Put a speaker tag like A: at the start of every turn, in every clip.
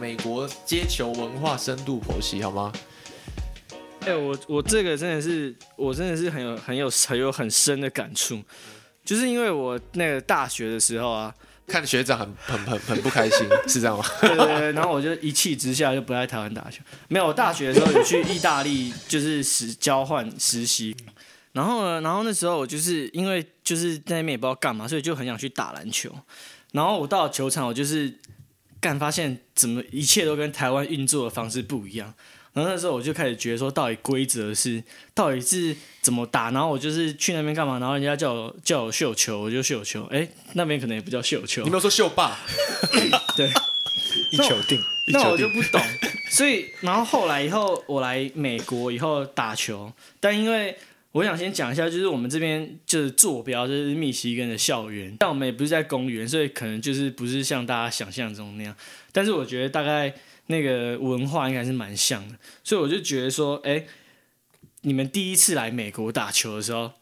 A: 美国接球文化深度剖析，好吗？
B: 哎、我我这个真的是，我真的是很有很有很有很深的感触，就是因为我那个大学的时候啊，
A: 看学长很很很很不开心，是这样吗？
B: 对对对，然后我就一气之下就不在台湾打球。没有，我大学的时候有去意大利，就是实交换实习。然后呢，然后那时候我就是因为就是在那边也不知道干嘛，所以就很想去打篮球。然后我到了球场，我就是干发现怎么一切都跟台湾运作的方式不一样。然后那时候我就开始觉得说，到底规则是到底是怎么打？然后我就是去那边干嘛？然后人家叫我叫我绣球，我就绣球。哎，那边可能也不叫绣球
A: 你，没有说秀霸，
C: 一球定，一
B: 那
C: 球
B: 我就
C: 定。
B: 不懂。 所以，然后后来以后，我来美国以后打球，但因为我想先讲一下，就是我们这边就是坐标就是密西根的校园，但我们也不是在公园，所以可能就是不是像大家想象中那样。但是我觉得大概那个文化应该是蛮像的，所以我就觉得说，哎、你们第一次来美国打球的时候，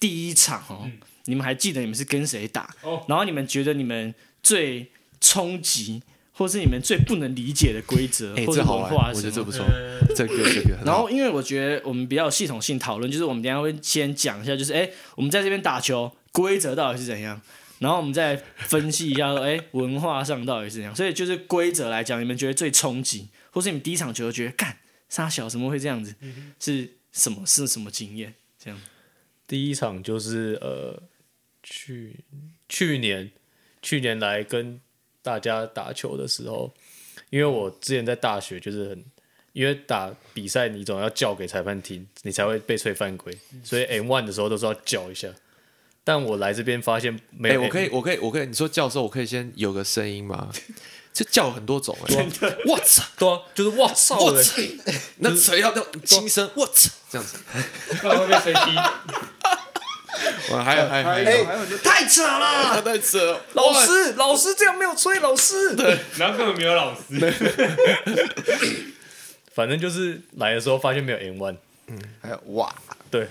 B: 第一场哦，你们还记得你们是跟谁打？然后你们觉得你们最冲击，或是你们最不能理解的规则，
A: 哎、
B: 或是
A: 这好
B: 文
A: 玩，
B: 化
A: 我觉
B: 是
A: 得
B: 什
A: 这
B: 么？
A: 不错，这个这个很好。
B: 然后，因为我觉得我们比较有系统性讨论，就是我们等一下会先讲一下，就是哎、我们在这边打球规则到底是怎样，然后我们再分析一下说，哎、文化上到底是怎样。所以就是规则来讲，你们觉得最冲击，或是你们第一场球觉得干沙小怎么会这样子，是什么是什么经验？这样
C: 第一场就是呃，去去年去年来跟大家打球的时候，因为我之前在大学就是很，因为打比赛你总要叫给裁判听，你才会被吹犯规，所以 M one 的时候都是要叫一下。但我来这边发现没
A: 哎、
C: 有 M1，
A: 我可以，我可以，我可以，你说教授，我可以先有个声音吗？就叫很多种、哎，我操，
C: 对啊，就是哇操
A: 我
C: 的，
A: 操，那谁要那种轻声，我操，这样子。
C: 会被吹踢。
A: 我还有，还有，还有，
B: 还有就哎太扯了，
A: 他在扯
C: 老师，老师这样没有吹，老师。对，
D: 然后根本没有老师，
C: 反正就是来的时候发现没有 M one，
A: 还有哇
C: 对，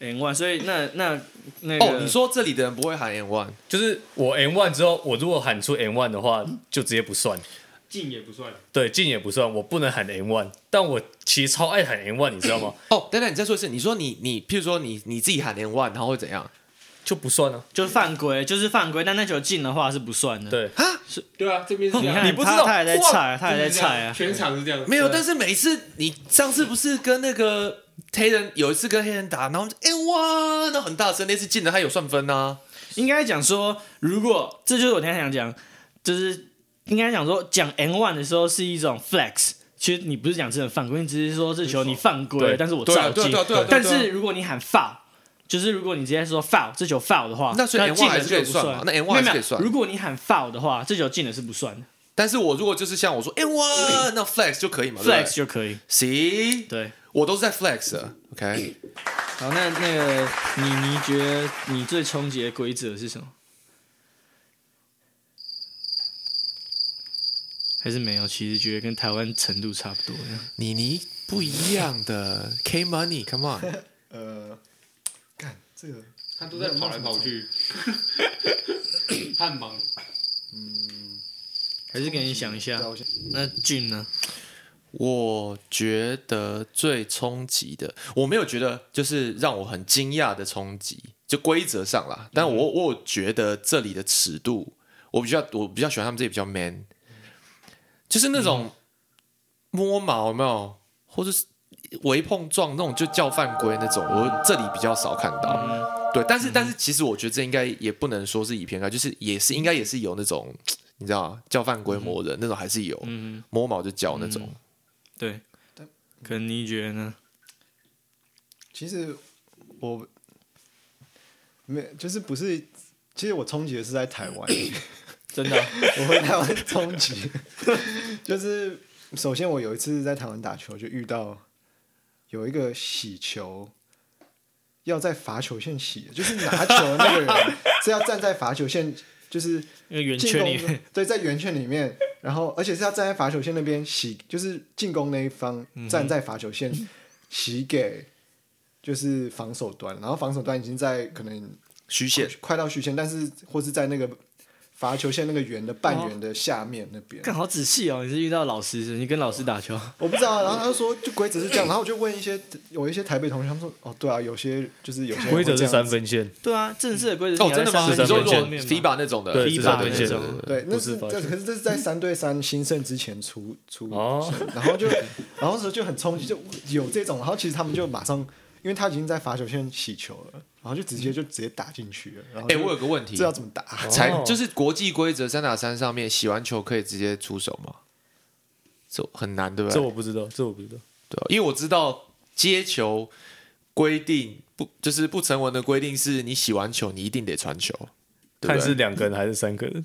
B: n one，所以那那那个、
A: 哦，你说这里的人不会喊 N one，
C: 就是我 M one 之后，我如果喊出 M one 的话，就直接不算，
D: 进也不算。
C: 对，进也不算，我不能喊 M one，但我其实超爱喊 M one，你知道 吗？
A: 哦，等等，你再说一次，你说你你，譬如说你你自己喊 N one，然后会怎样？
C: 就不算啊，
B: 就是犯规，就是犯规，但那球进的话是不算的。
C: 对，
D: 对啊，这边是这
B: 你
D: 样
B: 看，
C: 你不知道
B: 他他也在
C: 哇
B: 踩，他也在踩啊。
D: 全场是这样，
A: 没有，但是每次你上次不是跟那个黑人有一次跟黑人打，然后 N one，那很大声，那次进了，他有算分啊。
B: 应该讲说，如果这就是我今天想讲，就是应该讲说，讲 N one 的时候是一种 flex。其实你不是讲真的犯规，你只是说这球你犯规，
C: 对
B: 但是我
A: 对啊
B: 照进
A: 对啊对啊对啊对啊。
B: 但是如果你喊 foul，就是如果你直接说 foul，这球 foul 的话，
A: 那所以 N1
B: 进
A: 还
B: 了
A: 是
B: 这
A: 可
B: 球
A: 以
B: 不
A: 算嘛那 N1
B: 没有
A: 还是可以算
B: 没有如果你喊 foul 的话，这球进了是不算的
A: 但是我如果就是像我说 N one，那 flex 就可以嘛对不对
B: ，flex 就可以。
A: 行，
B: 对，
A: 我都是在 flex 的，OK。
B: 好，那那个你你觉得你最冲击的规则是什么？还是没有？其实觉得跟台湾程度差不多。
A: 你你不一样的 K money，come on，
E: 呃，干这个
D: 他都在跑来跑 去，他很忙。
B: 还是给你想一下
E: 对啊，我先
B: 那俊呢？
A: 我觉得最冲击的，我没有觉得就是让我很惊讶的冲击，就规则上啦。但我我有觉得这里的尺度，我比较我比较喜欢他们这里比较 man，就是那种摸毛有没有，或者是围碰撞那种就叫犯规那种，我这里比较少看到。对，但是但是其实我觉得这应该也不能说是以偏概，就是也是应该也是有那种你知道吗？叫犯规魔人、那种还是有，
B: 嗯，
A: 摸毛就叫那种。
B: 对。可能你觉得呢？
E: 其实我没就是不是，其实我冲击的是在台湾，
B: 真的啊、
E: 我回台湾冲击， 就是首先我有一次在台湾打球就遇到有一个洗球。要在罚球线洗，就是拿球的那 个人是要站在罚球线，就是
B: 因为圆
E: 进
B: 圈
E: 攻
B: 里面，
E: 对，在圆圈里面，然后而且是要站在罚球线那边洗，就是进攻那一方
B: 嗯
E: 站在罚球线洗给就是防守端，然后防守端已经在可能
A: 虚线
E: 快到虚线，但是或是在那个罚球线那个圆的半圆的下面那边。
B: 干好仔细哦！你是遇到老师是不是？你跟老师打球，
E: 我不知道啊，然后他就说就规则是这样，然后我就问一些有一些台北同学，他们说哦对啊，有些就是有些人
C: 规则
E: 会这
C: 是
E: 样
C: 三分线，
B: 对啊，正式的规则
A: 哦，真的吗？
C: 是
A: 你
C: 三
A: 说
C: 分
A: 如
C: 线
A: 果 FIBA 那种的
C: 对，是
B: FIBA
C: 三分线
B: 那种
C: 对对对
E: 对，那
C: 不是
E: 是
C: 罚
E: 这
C: 球
E: 可是这是在三对三兴盛之前出出
C: 哦
E: 现然后就然后那时候就很冲击，就有这种，然后其实他们就马上，因为他已经在罚球线洗球了，然后就直接就直接打进去了，然后
A: 哎，
E: 就
A: 我有个问题
E: 不知，道怎么打，
A: 才
C: 哦
A: 就是国际规则三打三上面，洗完球可以直接出手吗？这很难，对不
C: 这
A: 对？
C: 我不知道，这我不知道。
A: 对啊，因为我知道接球规定不就是不成文的规定是你洗完球你一定得传球，对
C: 看
A: 不
C: 是
A: 对？
C: 两个人还是三个人？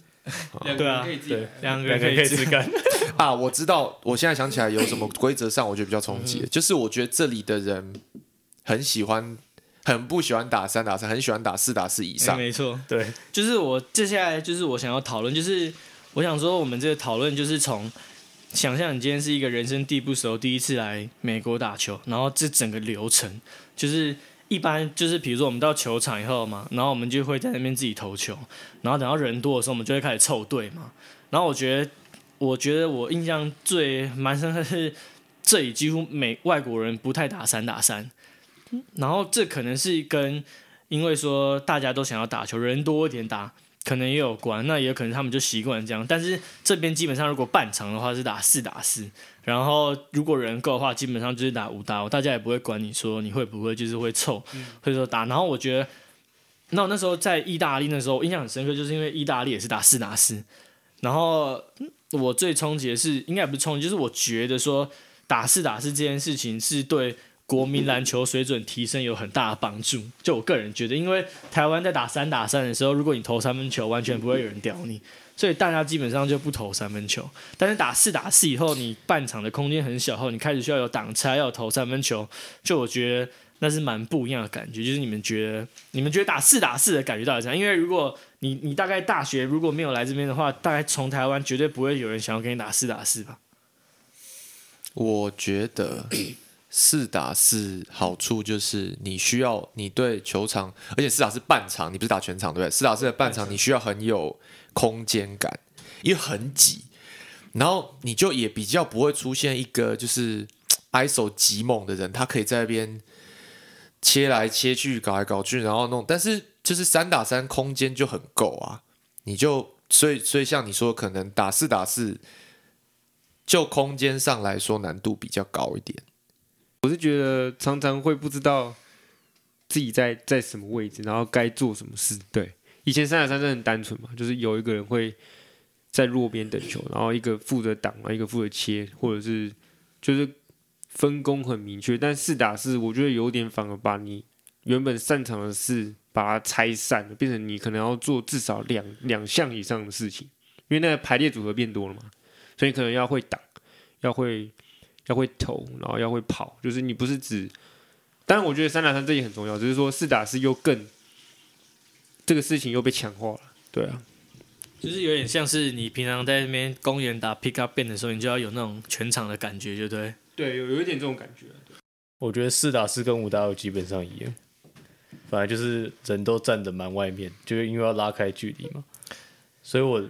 D: 两个
B: 对
D: 人
B: 啊
D: 可以自己
C: 对
D: 来，
B: 两个人
C: 两个
B: 可
C: 人可以
B: 以
C: 自
B: 自
C: 干。
A: 啊，我知道，我现在想起来有什么规则上我觉得比较冲
C: 嗯
A: 击的，就是我觉得这里的人很喜欢，很不喜欢打三打三，很喜欢打四打四
C: 哎
A: 以上。
B: 没错，
C: 对，
B: 就是我接下来就是我想要讨论，就是我想说我们这个讨论就是从想象你今天是一个人生地不熟，第一次来美国打球，然后这整个流程就是一般就是比如说我们到球场以后嘛，然后我们就会在那边自己投球，然后等到人多的时候，我们就会开始凑队嘛。然后我觉得，我觉得我印象最蛮深刻的是，这里几乎每外国人不太打三打三，然后这可能是跟因为说大家都想要打球，人多一点打，可能也有关。那也有可能他们就习惯这样。但是这边基本上如果半场的话是打四打四，然后如果人够的话，基本上就是打五打五，大家也不会管你说你会不会，就是会凑，或者说打。然后我觉得，那我那时候在意大利那时候我印象很深刻，就是因为意大利也是打四打四，然后嗯我最冲击的是，应该也不是冲击，就是我觉得说打四打四这件事情是对国民篮球水准提升有很大的帮助。就我个人觉得，因为台湾在打三打三的时候，如果你投三分球，完全不会有人屌你，所以大家基本上就不投三分球。但是打四打四以后，你半场的空间很小后，你开始需要有挡拆，要有投三分球，就我觉得。那是蛮不一样的感觉，就是你们觉得，你们觉得打四打四的感觉到底怎样？因为如果你你大概大学如果没有来这边的话，大概从台湾绝对不会有人想要跟你打四打四吧？
A: 我觉得四打四好处就是你需要你对球场，而且四打四半场，你不是打全场对不对？四打四的半场你需要很有空间感，因为很挤，然后你就也比较不会出现一个就是 ISO 极猛的人，他可以在那边切来切去、搞来搞去，然后弄，但是就是三打三空间就很够啊，你就所以所以像你说，可能打四打四。就空间上来说，难度比较高一点。
F: 我是觉得常常会不知道自己在在什么位置，然后该做什么事。对，以前三打三真的很单纯嘛，就是有一个人会在弱边等球，然后一个负责挡，然后一个负责切，或者是就是分工很明确。但四打四，我觉得有点反而把你原本擅长的事把它拆散了，变成你可能要做至少两两项以上的事情，因为那个排列组合变多了嘛，所以你可能要会挡，要会要会投，然后要会跑，就是你不是只，当然我觉得三打三这也很重要，只是说四打四又更这个事情又被强化了，对啊，
B: 就是有点像是你平常在那边公园打 pick up ban 的时候，你就要有那种全场的感觉，对不对？
F: 对，有有一点这种感
D: 啊
F: 觉，
C: 我觉得四打四跟五打五基本上一样，反正就是人都站得蛮外面，就是因为要拉开距离嘛。所以我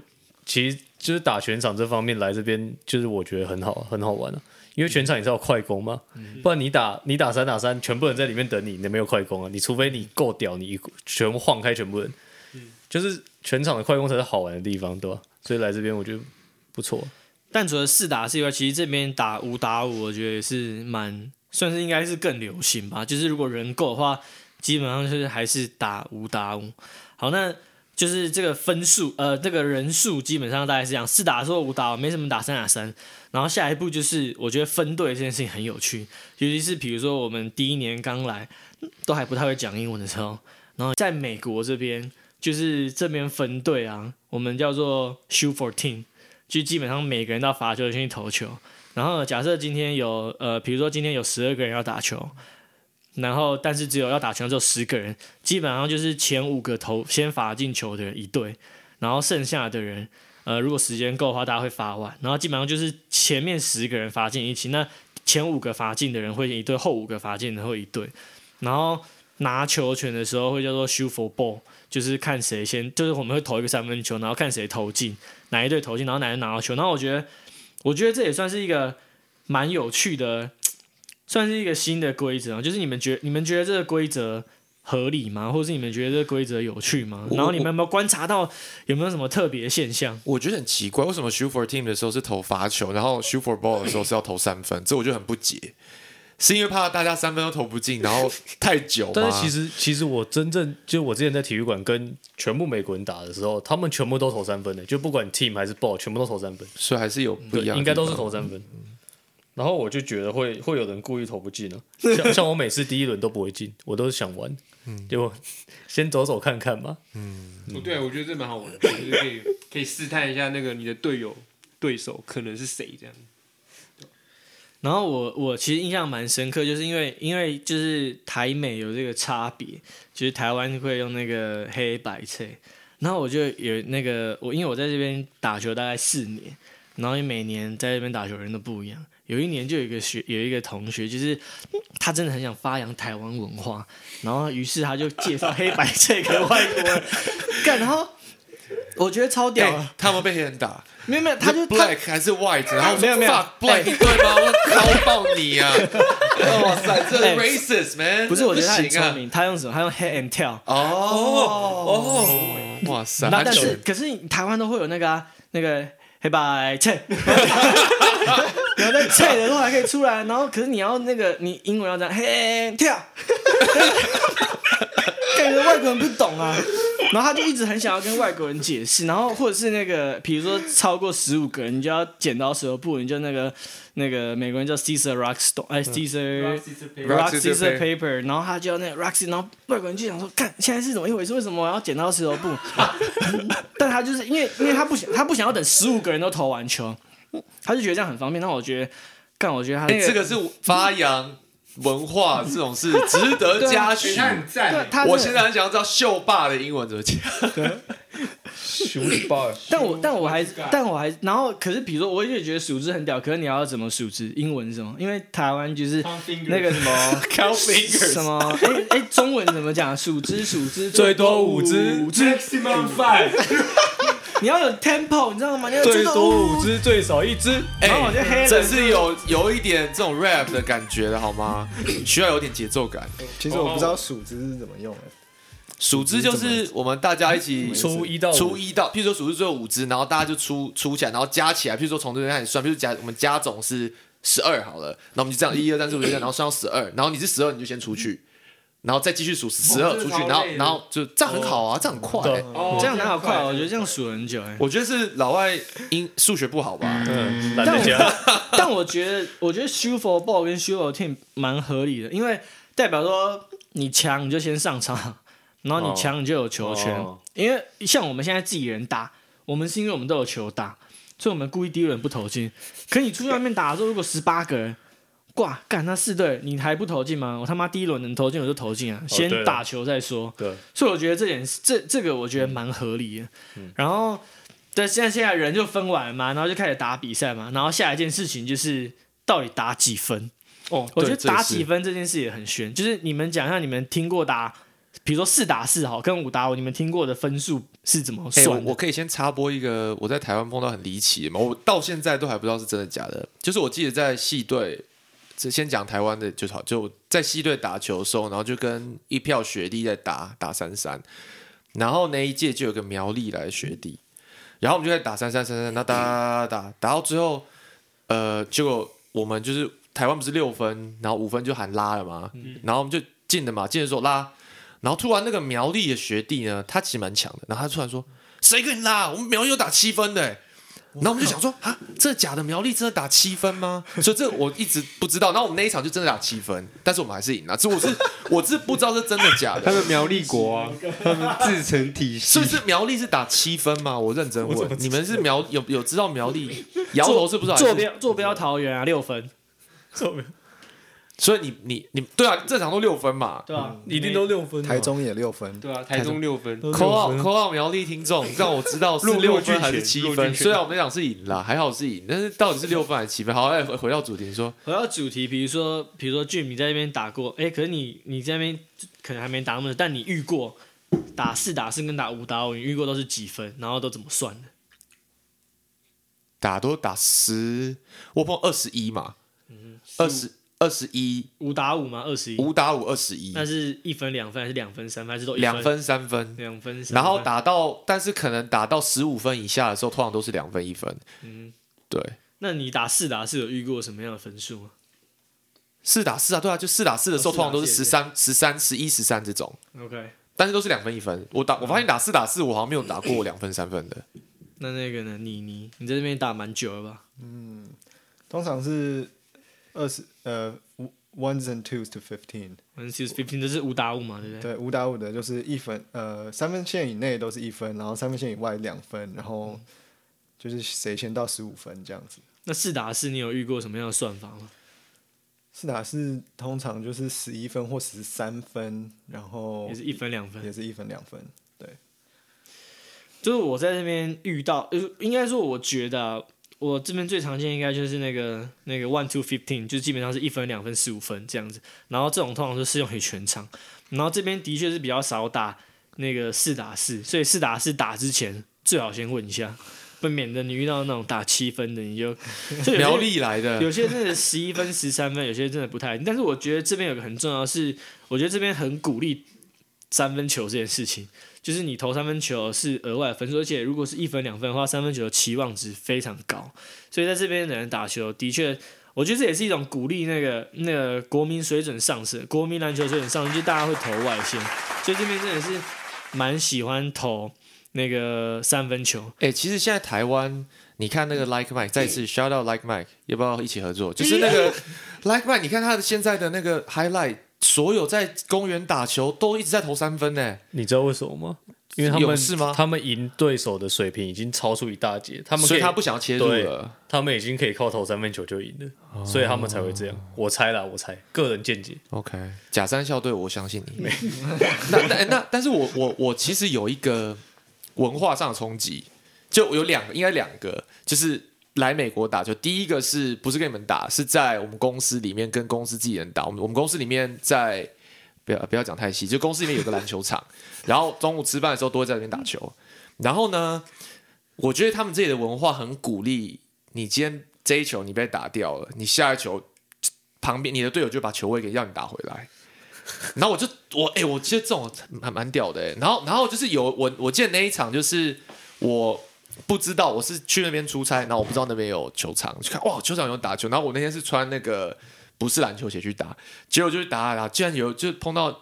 C: 其实就是打全场这方面来这边，就是我觉得很好，很好玩啊。因为全场也是要快攻嘛，不然你打你打三打三，全部人在里面等你，你没有快攻啊。你除非你够屌，你一全部晃开全部人，就是全场的快攻才是好玩的地方，对吧、所以来这边我觉得不错。
B: 但除了四打四以外，其实这边打五打五，我觉得也是蛮算是应该是更流行吧。就是如果人够的话，基本上就是还是打五打五。好，那就是这个分数，呃，这个人数基本上大概是这样，四打四或五打五，没什么打三打三。然后下一步就是，我觉得分队这件事情很有趣，尤其是比如说我们第一年刚来，都还不太会讲英文的时候，然后在美国这边，就是这边分队啊，我们叫做 shoot for team，就基本上每个人到罚球线去投球。然后假设今天有呃，比如说今天有十二个人要打球，然后但是只有要打球只有十个人，基本上就是前五个投先罚进球的人一队，然后剩下的人。呃，如果时间够的话，大家会罚完，然后基本上就是前面十个人罚进一起，那前五个罚进的人会一队，后五个罚进的人会一队，然后拿球权的时候会叫做 shoot for ball，就是看谁先，就是我们会投一个三分球，然后看谁投进，哪一队投进，然后哪一队拿到球。然后我觉得，我觉得这也算是一个蛮有趣的，算是一个新的规则啊。就是你们觉你们觉得这个规则合理吗？或者是你们觉得这个规则有趣吗？
A: 我
B: 然后你们有没有观察到有没有什么特别现象？
A: 我觉得很奇怪，为什么 shoot for team 的时候是投罚球，然后 shoot for ball 的时候是要投三分？这我就很不解，是因为怕大家三分都投不进，然后太久吗？
C: 但是其实其实我真正就我之前在体育馆跟全部美国人打的时候，他们全部都投三分欸的，就不管 team 还是 ball，全部都投三分，
A: 所以还是有不
C: 对
A: 一，样，
C: 应该都是。投三分。然后我就觉得会会有人故意投 不进啊，像像我每次第一轮都不会进，我都是想玩，
A: 嗯
C: 结果 先走走看看嘛。
F: 嗯
D: 哦对啊，我觉得这蛮好玩的，就是可以可以试探一下那个你的队友对手可能是谁这样。
B: 然后我我其实印象蛮深刻，就是因为因为就是台美有这个差别，就是台湾会用那个黑白菜，然后我就有那个我因为我在这边打球大概四年，然后每年在这边打球的人都不一样。有一年就有一个学有一个同学，就是嗯他真的很想发扬台湾文化，然后于是他就介绍黑白菜给外国人，干，然后我觉得超屌
A: 哎
B: 啊，
A: 他们被黑人打，
B: 没有没有，他就他
A: black 还是 white，然后
B: 没有哎没有
A: fuck black 对吗？我敲爆你 啊！哇塞，这
B: 哎
A: racist man，
B: 不是我觉得他很
A: 行啊
B: 聪明，他用什么？他用 head and tail。
A: 哦哦，哇塞，
B: 那但
A: 安
B: 是
A: 全
B: 可是你台湾都会有那个、啊、那个黑白切， 然后在切的时候还可以出来，然后可是你要那个你英文要这样嘿跳， 感觉外国人不懂啊。然后他就一直很想要跟外国人解释，然后或者是那个，比如说超过十五个人，你就要剪刀石头布，你就那个那个美国人叫 Caesar Rockstone，哎 Caesar
A: Rock,
B: rock
A: scissor,
B: scissor paper，然后他就要那个 rock scissor，然后外国人就想说，看现在是怎么一回事？为什么我要剪刀石头布？ 但他就是因为因为他不想他不想要等十五个人都投完球，他就觉得这样很方便。但我觉得，干，我觉得他、那
A: 哎这个是发扬文化，这种事值得嘉许。
D: 他很赞
B: 对
D: 欸，
B: 他
A: 我
B: 是
A: 现在很想要知道秀爸的英文怎么讲。
B: 但我但我还但我还然后可是比如说我也觉得数字很屌，可是你要怎么数字？英文是什么？因为台湾就是那个什么
A: Count fingers
B: 什么哎哎、中文怎么讲？数只数只
C: 最多五只
B: 五只，
D: maximum five，
B: 你要有 tempo，你知道吗？你要有
C: 最
B: 这种
C: 多五只，最少一只。
A: 哎
B: 然后我就黑人
A: 这是有有一点这种 rap 的感觉的好吗？需要有点节奏感。
E: 其实我不知
A: 哦
E: 道数字是怎么用的，
A: 数支就是我们大家一
B: 嗯
A: 起
C: 出一到五
A: 出一到，譬如说数支只有五支，然后大家就出出起来，然后加起来，譬如说从这边开始算，譬如加我们加总是十二好了，那我们就这样一二三四五六七，然后算到十二，然后你是十二你就先出去，然后再继续数十二
D: 哦
A: 出
D: 这
A: 去
D: 个超，
A: 然后
D: 累的
A: 然后就这样很好啊，这样很快欸、
C: 对
D: 哦
B: 这样哪好快？我觉得这样数很久哎、
A: 我觉得是老外英数学不好吧？
C: 嗯，懒得加。
B: 但我觉得，我觉得 shoot for ball 跟 shoot for team 蛮合理的，因为代表说你强你就先上场， 然后你强你就有球权。
C: 哦
B: 因为像我们现在自己人打，我们是因为我们都有球打，所以我们故意第一轮不投进。可你出去外面打的时候，如果十八个人。挂干那四队，你还不投进吗？我他妈第一轮能投进我就投进啊，先
C: 哦对了
B: 打球再说。
C: 对，
B: 所以我觉得这点这这个我
A: 嗯
B: 觉得蛮合理的。然后，但现在现在人就分完了嘛，然后就开始打比赛嘛，然后下一件事情就是到底打几分？
A: 哦，
B: 我
A: 对
B: 觉得
A: 这也
B: 打
A: 是
B: 几分这件事也很悬，就是你们讲一下你们听过打，比如说四打四好跟五打五，你们听过的分数是怎么
A: 哎、我
B: 算的？
A: 我可以先插播一个我在台湾碰到很离奇的嘛，我到现在都还不知道是真的假的。就是我记得在系队，这先讲台湾的就好，就在系队打球的时候，然后就跟一票学弟在打打三三，然后那一届就有个苗栗来的学弟，然后我们就在打三三三三，那打打打打打到最后，呃，结果我们就是台湾不是六分，然后五分就喊拉了嘛，然后我们就进的嘛，进的时候拉，然后突然那个苗栗的学弟呢，他其实蛮强的，然后他突然说：“谁跟你拉？我们苗栗有打七分的、欸。”然后我们就想说啊，这假的苗栗真的打七分吗？所以这我一直不知道。然后我们那一场就真的打七分，但是我们还是赢了。这我 是我是不知 道是真的假的，
F: 他们苗栗国啊，他们自成体系
A: 是不，是苗栗是打七分吗？我认真问，你们是苗有有 哎知道苗栗摇头是不知道还是
B: 坐标坐标桃园啊，六分。
A: 所以你你你对啊，正常都六分嘛。
B: 对啊，
C: 一定都六分嘛。
E: 台中也六分，
D: 对啊，台中六分，
C: 都
A: 扣
C: 六
A: 号
C: 分
A: 扣号苗栗听众，让我知道是
D: 弱
A: 六
D: 弱俱
A: 分还是
D: 全
A: 七
D: 弱
A: 分。
D: 俱全
A: 虽然我们那场是赢了，还好是赢，但是到底是六分还是七分？好，哎，回回到主题说，
B: 回到主题，比如说，比如说俊你在那边打过，哎、可是你你在那边可能还没打那么，但你遇过打四打四跟打五打五，你遇过都是几分，然后都怎么算的？
A: 打都打十，我碰二十一嘛，
B: 嗯
A: 二十二十一，
B: 五打五吗？二十一，
A: 五打五二十一，
B: 那是一分两分还是两分三分还是都一
A: 两分三分，
B: 两分？三分
A: 然后打到，但是可能打到十五分以下的时候，通常都是两分一分。
B: 嗯，
A: 对，
B: 那你打四打四有遇过什么样的分数吗？
A: 四打四啊，对啊，就四打四的时候，
B: 哦
A: 通常都是十
B: 四打
A: 三、十三、十一、十三这种，
B: OK，
A: 但是都是两分一分。我打，我发现打四打四，我好像没有打过两分三分的。
B: 那那个呢？你你你在这边打蛮久了吧？
E: 通常是二十呃 ones and twos to fifteen，
B: 反正 six fifteen 这是五打五嘛，对不对？
C: 哎
E: 对，五打五的就是一分，呃，三分线以内都是一分，然后三分线以外两分，然
C: 嗯
E: 后就是谁先到十五分这样子。
B: 那四打四你有遇过什么样的算法吗？
E: 四打是通常就是十一分或十三分，然后
B: 也是一分两分
E: 也，是一分两分，
B: 就是我在那边遇到，呃，应该说我觉得啊我这边最常见应该就是那个那个 one two fifteen，就基本上是一分两分十五分这样子，然后这种通常都适用于全场，然后这边的确是比较少打那个四打四，所以四打四打之前最好先问一下，不免得你遇到那种打七分的你就 就 有些
A: 苗栗来的
B: 有些真的十一分、十三分，有些真的不太。但是我觉得这边有个很重要的是，我觉得这边很鼓励三分球这件事情，就是你投三分球是额外的分数，而且如果是一分两分的话，三分球的期望值非常高。所以在这边的人打球，的确，我觉得这也是一种鼓励那个那个国民水准上升，国民篮球水准上升，就大家会投外线。所以这边真的是蛮喜欢投那个三分球。
A: 哎、其实现在台湾，你看
C: 嗯
A: 那个 Like Mike，再次 shout out Like Mike，要不要一起合作？就是那个 Like Mike，你看他的现在的那个 highlight，所有在公园打球都一直在投三分呢。
C: 你知道为什么吗？因为他
A: 勇
C: 们
A: 士吗
C: 他们赢对手的水平已经超出一大截，他们可
A: 所以
C: 以
A: 他不想要切入
C: 对
A: 了。
C: 他们已经可以靠投三分球就赢了，所以他们才会
A: 哦
C: 这样。我猜啦，我猜，个人见解。
A: OK，假山校队，我相信你。 那那那，但是我我我其实有一个文化上的冲击，就有两个，应该两个，就是来美国打球。第一个是不是跟你们打，是在我们公司里面跟公司自己人打。我们我们公司里面在不要不要讲太细，就公司里面有个篮球场，然后中午吃饭的时候都会在那边打球。然后呢，我觉得他们这里的文化很鼓励你，今天这一球你被打掉了，你下一球旁边你的队友就把球位给要你打回来。然后我就我哎、我其实这种蛮蛮屌的哎、然后然后就是有我我记得那一场就是我不知道我是去那边出差，然后我不知道那边有球场，去看哇球场有打球。然后我那天是穿那个不是篮球鞋去打，结果就是打啊打，竟然有就碰到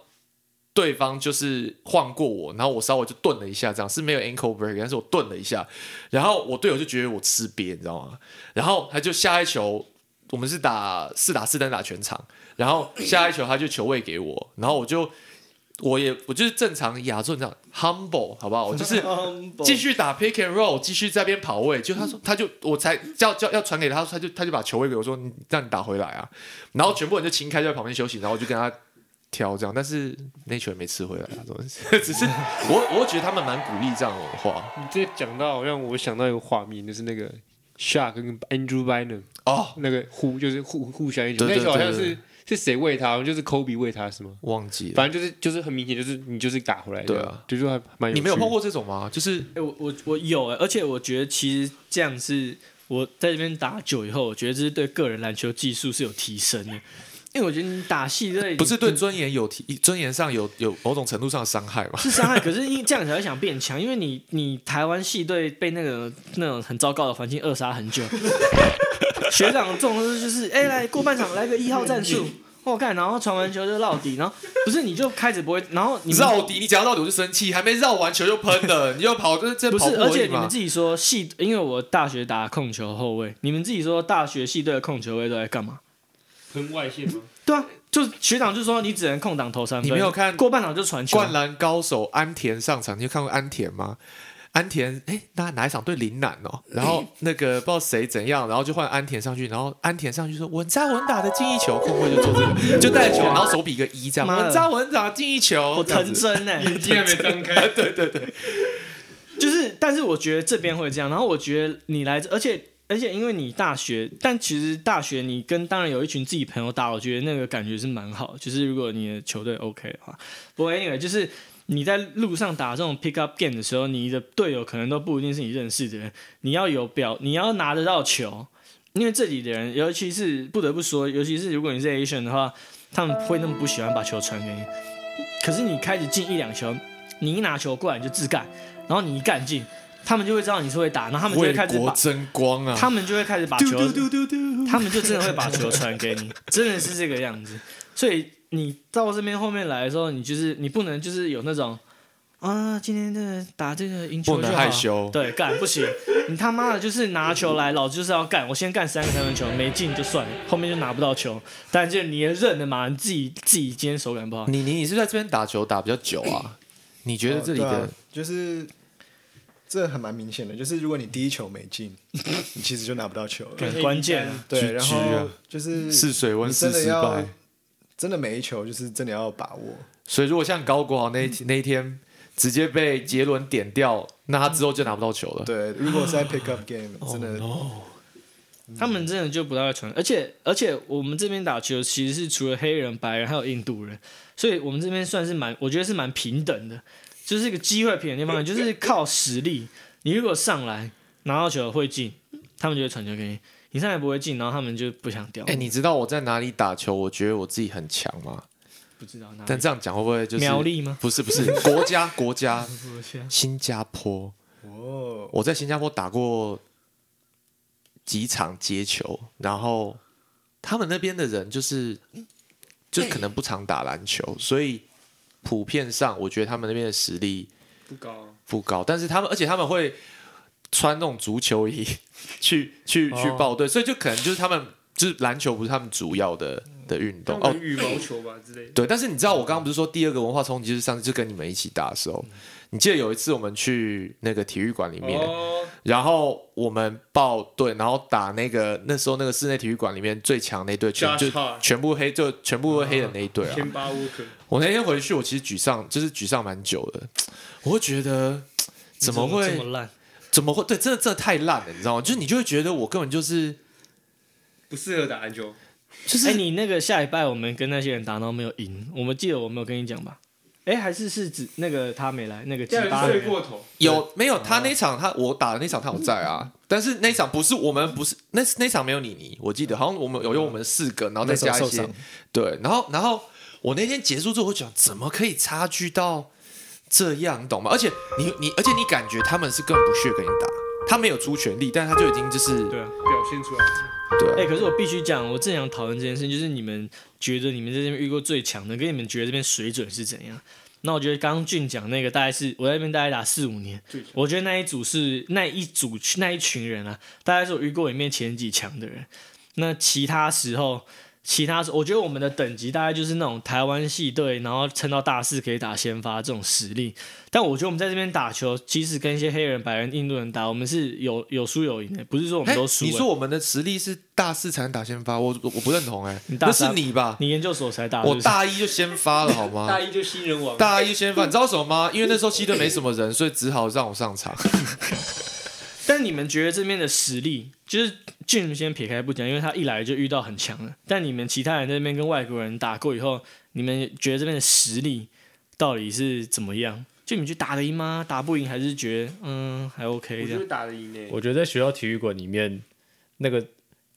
A: 对方就是晃过我，然后我稍微就顿了一下，这样是没有 ankle break，但是我顿了一下，然后我队友就觉得我吃瘪，你知道吗？然后他就下一球，我们是打四打四单打全场，然后下一球他就球位给我，然后我就我也我就是正常亚洲人这样 humble 好不好？我就是继续打 pick and roll，继续在边跑位，就他说他就我才叫叫要传给他，他就他就把球位给我说你让你打回来啊，然后全部人就清开就在旁边休息，然后我就跟他。挑这样，但是那球也没吃回来啊，总之 只是我，我觉得他们蛮鼓励这样的文化
F: 你这讲到让我想到一个画面，就是那个 Shark 跟 Andrew Bynum
A: 哦，
F: 那个互就是互互相一球，
A: 对对
F: 那球好像
A: 对
F: 是是谁喂他，就是 Kobe 喂他是吗？
A: 忘记了。
F: 反正就是就是很明显，就是你就是打回来的，
A: 对啊
F: 就是还蛮有趣的。
A: 你没有碰过这种吗？就是
B: 哎、我我我有、欸，而且我觉得其实这样是我在这边打久以后，我觉得这是对个人篮球技术是有提升的，因为我觉得你打戏对
A: 不是对尊严有提尊严上有有某种程度上的伤害吗？
B: 是伤害，可是因这样才会想变强，因为你你台湾系队被那个那种很糟糕的环境扼杀很久， 学长这种就是哎、来过半场来个一号战术。
A: 嗯
B: 我看、干然后传完球就绕底，然后不是你就开始不会，然后你们
A: 绕底，你讲到底我就生气，还没绕完球就喷了，你就跑，这这
B: 不
A: 跑
B: 是，
A: 步
B: 而
A: 而
B: 且
A: 已
B: 你们
A: 嘛
B: 自。己说系，因为我大学打控球后卫，你们自己说大学系队的控球位都在干嘛？
D: 喷外线吗？
B: 对啊，就是学长就说你只能空档投三分，
A: 你没有看
B: 过半场就传球，
A: 灌篮高手安田上场，你有看过安田吗？安田，哎，那哪一场对林南哦？然后那个不知道谁怎样，然后就换安田上去，然后安田上去说稳扎稳打的进一球，控卫就做这个，就带球，然后手比个一这样，
B: 妈的
A: 稳扎稳打进一球，
B: 我
A: 这样
B: 藤
A: 子
B: 真呢、
D: 眼睛还没张开，对对对，
B: 就是，但是我觉得这边会这样，然后我觉得你来这，而且而且因为你大学，但其实大学你跟当然有一群自己朋友打，我觉得那个感觉是蛮好。就是如果你的球队 OK 的话，不过 anyway，就是你在路上打这种 pick up game 的时候，你的队友可能都不一定是你认识的人，你要有表，你要拿得到球，因为这里的人，尤其是不得不说，尤其是如果你是 Asian 的话，他们会那么不喜欢把球传给你。可是你开始进一两球，你一拿球过来你就自干，然后你一干进，他们就会知道你是会打，然后他们就会
A: 为
B: 开始
A: 国
B: 把，
A: 争光啊！
B: 他们就会开始把球，他们就真的会把球传给 你，真的是这个样子。所以你到这边后面来的时候，你就是你不能就是有那种啊，今天这个打这个赢球
A: 不能
B: 就好
A: 害羞
B: 对，干不行，你他妈的就是拿球来，老子就是要干，我先干三个三分球，没进就算了，后面就拿不到球，但就你也认了嘛，你自己自己今天手感不
E: 啊
B: 好，
A: 你你你是不是在这边打球打比较久 啊？你觉得这里
E: 哦对
A: 的
E: 啊、就是这还蛮明显的，就是如果你第一球没 进，你其实就拿不到球了。
B: 很关键啊。
E: 对，然
A: GG
E: 后
A: 啊
E: 就是
A: 试水温
E: 你
A: 试
E: 真的
A: 失
E: 要
A: 败，
E: 真的每一球就是真的要把握。
A: 所以如果像高国豪那一天那一天直接被杰伦点掉，那他之后就拿不到球了。
E: 对，啊如果是在 pick up game，真
B: 哦
E: 的
B: 他们真的就不大会传，而且而且我们这边打球其实是除了黑人、白人还有印度人，所以我们这边算是蛮，我觉得是蛮平等的，就是一个机会平等的地方，就是靠实力。你如果上来拿到球会进，他们就会传球给你；你上来不会进，然后他们就不想掉。
A: 哎、你知道我在哪里打球？我觉得我自己很强吗？
B: 不知道哪
A: 但
B: 里？
A: 这样讲会不会就是
B: 苗栗吗？
A: 不是不是国家国家新加坡，
E: 哦，
A: 我在新加坡打过几场接球，然后他们那边的人就是就可能不常打篮球，所以普遍上我觉得他们那边的实力
D: 不高，啊
A: 不高，但是他们而且他们会穿那种足球衣 去去去报队，所以就可能就是他们就是篮球不是他们主要的的运动哦
D: 哦，，羽毛球吧之类的，
A: 对，但是你知道我刚刚不是说第二个文化冲击就是上次就跟你们一起打的时候，你记得有一次我们去那个体育馆里面，
D: 哦，
A: 然后我们报队，然后打那个那时候那个室内体育馆里面最强那队，全
D: Josh
A: 就
D: Hart
A: 全部黑就全部黑的那一队啊。
F: 哦
D: 天巴沃克，
A: 我那天回去，我其实沮丧，就是沮丧蛮久的，我会觉得怎么会
B: 这么烂？
A: 怎么会对，真的真的太烂了，你知道吗？就是你就会觉得我根本就是
D: 不适合打篮球，
A: 就是、
B: 哎、你那个下礼拜我们跟那些人打，然后没有赢，我们记得我没有跟你讲吧？哎、还是是指那个他没来，那个鸡
D: 这
B: 巴
D: 样睡过头，
A: 有没有他那场他我打的那场他有在啊，但是那场不是我们不是那那场没有你你，我记得好像我们有用我们四个，然后再
E: 那时候
A: 加一
E: 受
A: 些
E: 伤
A: 对，然后然后我那天结束之后，我讲怎么可以差距到这样，你懂吗？而且你你而且你感觉他们是更不屑跟你打，他没有出全力，但是他就已经就是
B: 对啊。
D: 表现出来，
B: 哎、
A: 对啊
B: 可是我必须讲，我正想讨论这件事，就是你们觉得你们在这边遇过最强的，跟你们觉得这边水准是怎样？那我觉得刚刚俊讲那个，大概是我在那边大概打四五年
D: 最强，
B: 我觉得那一组是那一组那一群人啊，大概是我遇过里面前几强的人。那其他时候，其他时候我觉得我们的等级大概就是那种台湾系队，然后撑到大四可以打先发这种实力。但我觉得我们在这边打球，即使跟一些黑人、白人、印度人打，我们是有有输有赢的，不是说我们
A: 哎
B: 都输、
A: 你
B: 哎
A: 说我们的实力是大四才能打先发，我我不认同哎、
B: 你大
A: 那是
B: 三
A: 你吧？
B: 你研究所才打，
A: 我
B: 是不是
A: 大一就先发了好吗？
D: 大一就新人王，
A: 大一先发，你知道为什么吗？因为那时候西队没什么人，所以只好让我上场。
B: 但你们觉得这边的实力，就是俊先撇开不讲，因为他一来就遇到很强的。但你们其他人在那边跟外国人打过以后，你们觉得这边的实力到底是怎么样？就你们去打得赢吗？打不赢还是觉得嗯还 OK
D: 我
B: 这
D: 觉
B: 样
D: 得？打得赢欸诶，
C: 我觉得在学校体育馆里面，那个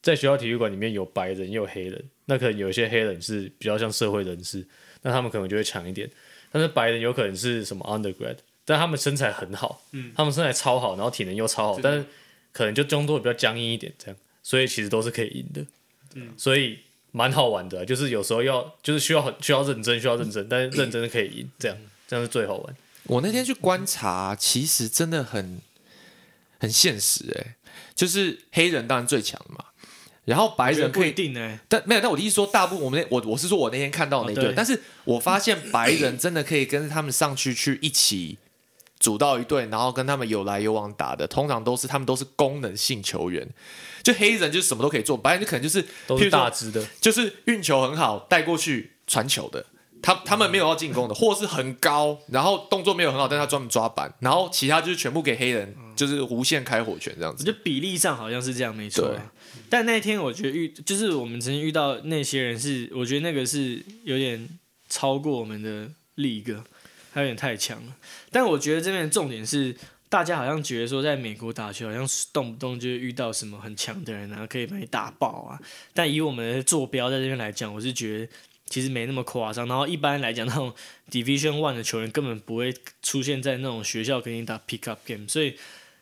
C: 在学校体育馆里面有白人也有黑人，那可能有一些黑人是比较像社会人士，那他们可能就会强一点。但是白人有可能是什么 undergrad，但他们身材很好，嗯，他们身材超好，然后体能又超好，但是可能就动作比较僵硬一点，这样，所以其实都是可以赢的，嗯，所以蛮好玩的啊、就是有时候要就是需要很需要认真，需要认真，但是认真的可以赢，这样这样是最好玩。
A: 我那天去观察，其实真的很很现实哎、就是黑人当然最强嘛，然后白人
B: 不
A: 可
B: 一
A: 以，
B: 定呢、欸
A: 但没有，但我的意思说，大部分我们那我我是说我那天看到的那一
B: 哦
A: 队，
B: 对
A: 但是我发现白人真的可以跟他们上去去一起组到一队，然后跟他们有来有往打的，通常都是他们都是功能性球员，就黑人就是什么都可以做，白人就可能就是
C: 都
A: 譬
C: 是
A: 如说
C: 大只的，
A: 就是运球很好，带过去传球的。他他们没有要进攻的，或是很高，然后动作没有很好，但他专门抓板，然后其他就是全部给黑人，就是无限开火权这样
B: 我
A: 子
B: 觉。得比例上好像是这样，没错啊、但那天我觉得遇，就是我们曾经遇到那些人是，我觉得那个是有点超过我们的力个，他有点太强了。但我觉得这边的重点是，大家好像觉得说，在美国打球好像是动不动就遇到什么很强的人啊，可以把你打爆啊。但以我们的坐标在这边来讲，我是觉得。其实没那么夸张，然后一般来讲，那种 Division One 的球员根本不会出现在那种学校给你打 Pickup Game，所以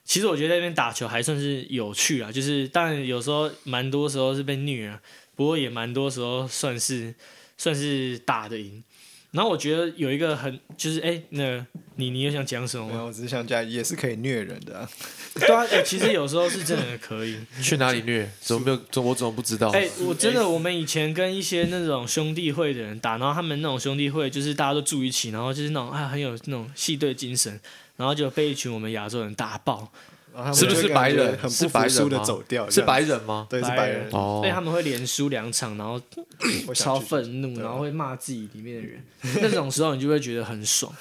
B: 其实我觉得在那边打球还算是有趣啊，就是当然有时候蛮多时候是被虐啊，不过也蛮多时候算是算是打得赢。然后我觉得有一个很就是哎、那你你又想讲什么
E: 没
B: 吗？
E: 有，我只是想讲，也是可以虐人的、啊。
B: 对啊，哎、其实有时候是真的可以。
A: 去哪里虐？怎么没有？怎么我怎么不
E: 哦
A: 知道？
B: 哎、我真的，我们以前跟一些那种兄弟会的人打，然后他们那种兄弟会就是大家都住一起，然后就是那种啊很有那种系队精神，然后就被一群我们亚洲人打爆，
E: 然后他们
A: 是不
E: 就是会
A: 白
E: 感觉
A: 人？
E: 很
A: 是
E: 不
A: 白
E: 服
A: 人
E: 输的
A: 吗
E: 走掉，
A: 是
E: 这样
A: 白人吗？
E: 对，是
B: 白
E: 白
B: 人
E: 人。
A: 哦
B: 所以他们会连输两场，然后
E: 我想
B: 超
E: 去
B: 愤怒，
E: 对啊
B: 然后会骂自己里面的人，那种时候你就会觉得很 爽，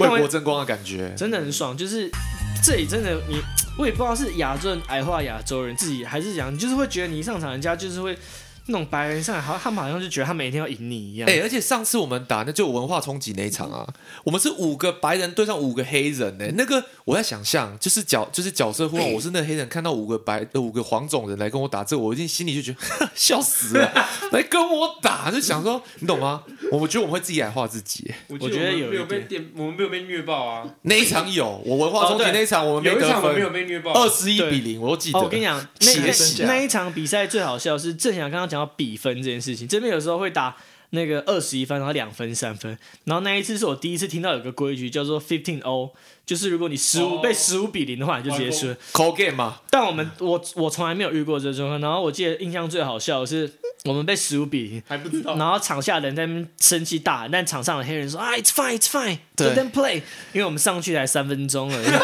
A: 为国争光的感觉。
B: 真的很爽。就是这里真的你，我也不知道是亚洲人矮化亚洲人自己，还是讲就是会觉得你一上场，人家就是会那种白人上来，好像他们好像就觉得他每天要赢你一样。
A: 哎、而且上次我们打那就文化冲击那一场啊，我们是五个白人对上五个黑人呢、那个我在想象，就是角就是角色
D: 哎
A: 互换，我是那黑人看到五个白、呃、五个黄种人来跟我打，这我一定心里就觉得 呵呵笑死了，来跟我打就想说，你懂吗？我们觉得我们会自己矮化自己、
D: 我
B: 我觉得
D: 们
B: 有
D: 没有
B: 一
D: 被
B: 点
D: 电，我们没有被虐爆啊。
A: 那一场有我文化冲击
D: 哦对
A: 那一场我们
D: 有
A: 没
D: 一
A: 得
D: 场我
A: 分
D: 没，有被虐爆，啊
A: 二十一
B: 对
A: 比零，我都记得。
B: 哦，我跟你讲， 那
A: 气
E: 死
B: 那那一场比赛最好笑是正想刚刚讲到比分这件事情，这边有时候会打那个二十一分，然后两分、三分，然后那一次是我第一次听到有个规矩叫做 fifteen o，就是如果你十五、
D: 哦
B: 被十五比零的话，你就直接输了。
A: call game 嘛，
B: 但我们我我从来没有遇过这种状况。然后我记得印象最好笑的是我们被十五比零，
D: 还不知
A: 哦
D: 道。
B: 然后场下的人在那边生气大喊，但场上的黑人说啊，it's fine, it's fine,
A: 对
B: let them play，因为我们上去才三分 钟而已。
D: 啊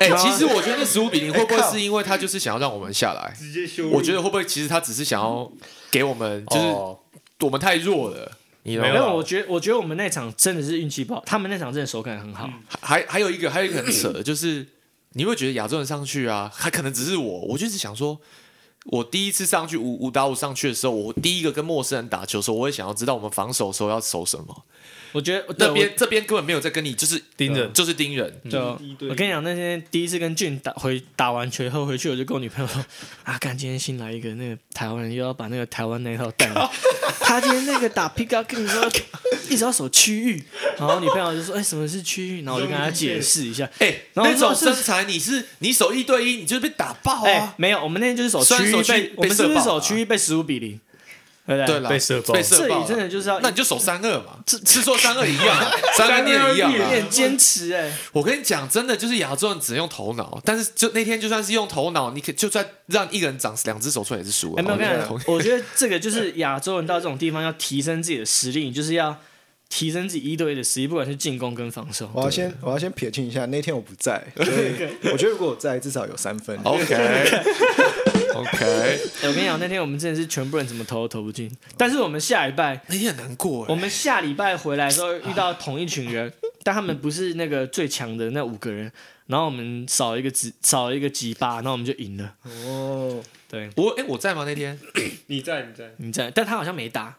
A: 哎、其实我觉得那十五
D: 哎
A: 比零会不会是因为他就是想要让我们下来？
D: 直接羞辱
A: 我觉得会不会其实他只是想要给我们，就是
C: 哦
A: 我们太弱了。你懂
C: 没
A: 吗
B: 没
C: 有啦
B: 有，我觉得我觉得我们那场真的是运气不好，他们那场真的手感很好。
A: 还还有一个还有一个很扯的， 就是你会觉得亚洲人上去啊，还可能只是我，我就是想说，我第一次上去五五打五上去的时候，我第一个跟陌生人打球的时候，我会想要知道我们防守的时候要守什么。
B: 我嗯觉得
A: 那
B: 对
A: 边这边根本没有在跟你就是呃
C: 盯人
A: 就是盯人。
B: 我就
D: 一对一
B: 我跟你讲，那天第一次跟俊打回打完球以后回去，我就跟我女朋友 说啊，干今天新来一个那个台湾人，又要把那个台湾那一套带来。他今天那个打 pick up 跟你说一直要守区域，然后我女朋友就说哎、什么是区域？然后我就跟她解释一下。
A: 哎、
B: 然后
A: 那种
B: 那时候
A: 身
B: 是
A: 材你是你守一对一，你就是被打爆
B: 哎、
A: 啊！
B: 没有，我们那天就是守
A: 虽然
B: 区
A: 守
B: 域
A: 区
B: 被
A: 被
B: 我们是
A: 射
B: 不是
A: 爆
B: 守
A: 了
B: 区域被十五比零？对不对？
A: 对了，
C: 被射爆
A: 被射
B: 这
A: 爆
B: 里
A: 了
B: 真的就是要
A: 那你就守三二嘛，是说三二一样啊，三跟念一样
B: 有
A: 啊。
B: 点坚持哎、
A: 我跟你讲，真的就是亚洲人只能用头脑，但是就那天就算是用头脑，你可就算让一个人长两只手出来也是输了。
B: 哎，没有，
A: 我啊觉
B: 跟你
A: 得
B: 讲，我觉得这个就是亚洲人到这种地方要提升自己的实力，你就是要提升自己一对一的实力，不管是进攻跟防守。
E: 我要先我要先撇清一下，那天我不 在，所以我觉得如果我在，至少有三分。
A: OK OK，
B: 哎我跟你讲，那天我们真的是全部人怎么投都投不进，但是我们下礼拜，
A: 那天很难过
B: 我
E: 欸
A: 哎，
B: 们下礼拜回来的时候遇到同一群人，但他们不是那个最强的那五个人，然后我们少一个只少一个几巴，然后我们就赢了。
E: 哦，
B: 对，
A: 我哎我在吗那天？
D: 你在你在，
B: 你在，但他好像没打。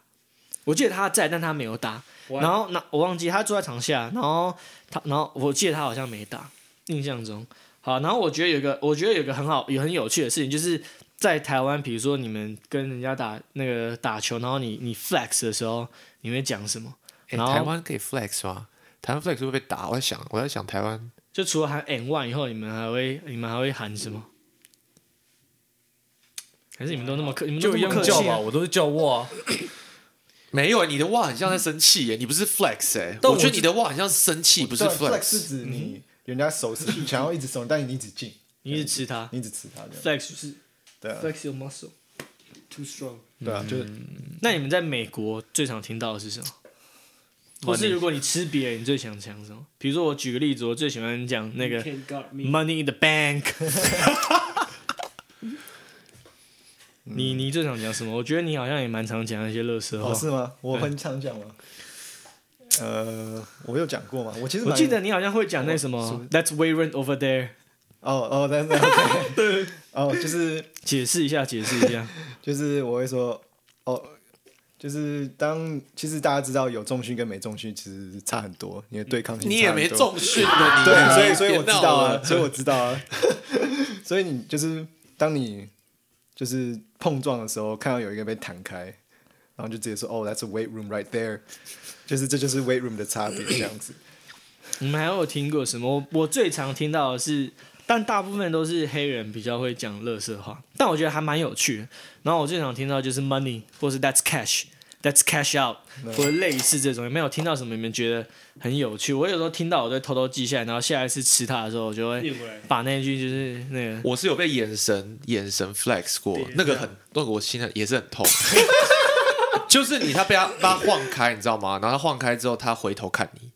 B: 我记得他在，但他没有打。
D: What？
B: 然后那我忘记他坐在场下，然后他，然后我记得他好像没打，印象中。好，然后我觉得有一个，我觉得有一个很好、有很有趣的事情，就是在台湾，比如说你们跟人家打那个打球，然后你你 flex 的时候，你会讲什么？
A: 哎，
B: 然后
A: 台湾可以 flex 吗？台湾 flex 会不会被打？我在想，我在想台湾
B: 就除了喊 n one 以后，你们还会你们还会喊什么？还是你们都那么客，你们都
C: 就
B: 那
C: 一
B: 么
C: 样
B: 客
C: 叫
B: 气
C: 吧，
B: 啊？
C: 我都是叫哇啊，
A: 没有，你的哇很像在生气耶，你不是 flex 哎，
C: 但
A: 我
C: 我
A: 觉得你的哇很像是生气，不是
E: 对 flex 哦是
A: flex。
E: 指你人家手 是想要一直手，但你一直进，
B: 你一直吃它
E: 你一直吃它这样。
B: ，flex 是
E: 对啊，
B: flex your muscle。
A: 嗯
D: Too strong。
E: 对啊，就是
B: 那你们在美国最常听到的是什么？或是如果你吃别人，你最想讲什么？比如说我举个例子，我最喜欢讲那个 Money in the Bank。你你最想讲什么？我觉得你好像也蛮常讲一些乐色话。
E: 哦，是吗？我很常讲吗？
A: 嗯
E: 呃，我有讲过吗？我其实
B: 我
E: 蛮
B: 记得你好像会讲那什么，That's way rent over there。
E: 哦哦，对对对， 哦，就是
B: 解释一下，解释一下。
E: 就是我会说哦，就是当其实大家知道有重训跟没重训其实差很多，你的对抗性
A: 你
E: 差
A: 也
E: 很
A: 没
E: 多
A: 重训的，你
E: 对， 所以所以我
A: 别
E: 知
A: 闹
E: 道啊
A: 了，
E: 所以我知道啊， 所以你就是当你就是碰撞的时候，看到有一个被弹开，然后就直接说哦，that's a weight room right there，就是 这就是 weight room 的差别这样子。
B: 你们还有听过什么？我我最常听到的是，但大部分都是黑人比较会讲乐色话，但我觉得还蛮有趣的。然后我最常听到就是 money，或是 that's cash，that's cash out，或者类似这种。有没有听到什么你们觉得很有趣？我有时候听到，我就偷偷记下来，然后下一次吃它的时候，我就会
D: 念回来
B: 把那句就是那个
A: 我是有被眼神眼神 flex 过，那个很那个我心很也是很痛， 就是你他被他被他晃开，你知道吗？然后他晃开之后，他回头看你，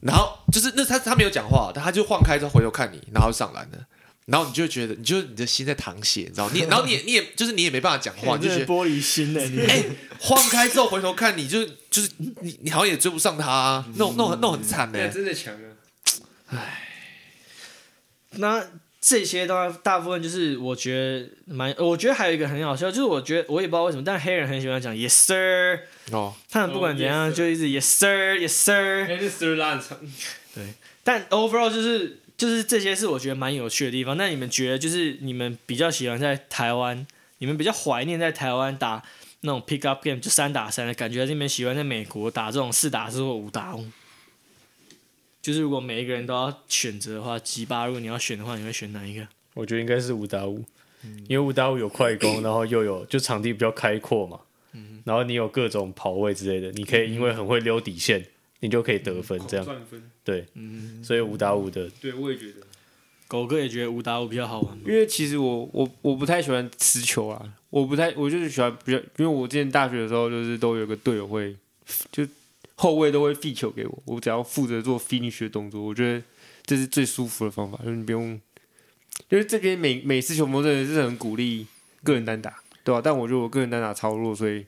A: 然后就是那他他没有讲话，但他就晃开之后回头看你，然后就上篮了。然后你就会觉得，你就你的心在淌血，你知道？你也然后你也你也就是你也没办法讲话，你就觉
B: 真的
A: 得
B: 玻璃心的你。
A: 哎、晃开之后回头看你就，就是你，你好像也追不上他、啊，那种那种那种很惨欸的、
D: 那真的强啊！
B: 那这些当然大部分就是我觉得蛮，我觉得还有一个很好笑，就是我觉得我也不知道为什么，但黑人很喜欢讲 yes sir，
A: 哦，
B: 他们不管怎样
D: 哦，yes, sir
B: 就一直 yes sir yes sir。
D: 哎，这 sir 拉很长，
B: 但 overall 就是就是这些是我觉得蛮有趣的地方。那你们觉得就是你们比较喜欢在台湾，你们比较怀念在台湾打那种 pick up game 就三打三的感觉，还是你们喜欢在美国打这种四打四或五打五？就是如果每一个人都要选择的话，吉巴如果你要选的话，你会选哪一个？
C: 我觉得应该是五打五，因为五打五有快 攻，然后又有就场地比较开阔嘛，然后你有各种跑位之类的，你可以因为很会溜底线，你就可以得分这样。
D: 赚分。
C: 对，
A: 嗯
C: 所以五打五的
D: 对，我也觉得。
B: 狗哥也觉得五打五比较好玩。
F: 因为其实我我我不太喜欢持球啊，我不太我就是喜欢比较，因为我之前大学的时候就是都有个队友会，就后卫都会 feed 球给我，我只要负责做 finish 的动作，我觉得这是最舒服的方法，就是你不用，因为这边美美式球风真的是很鼓励个人单打，对吧、但我觉得我个人单打超弱，所以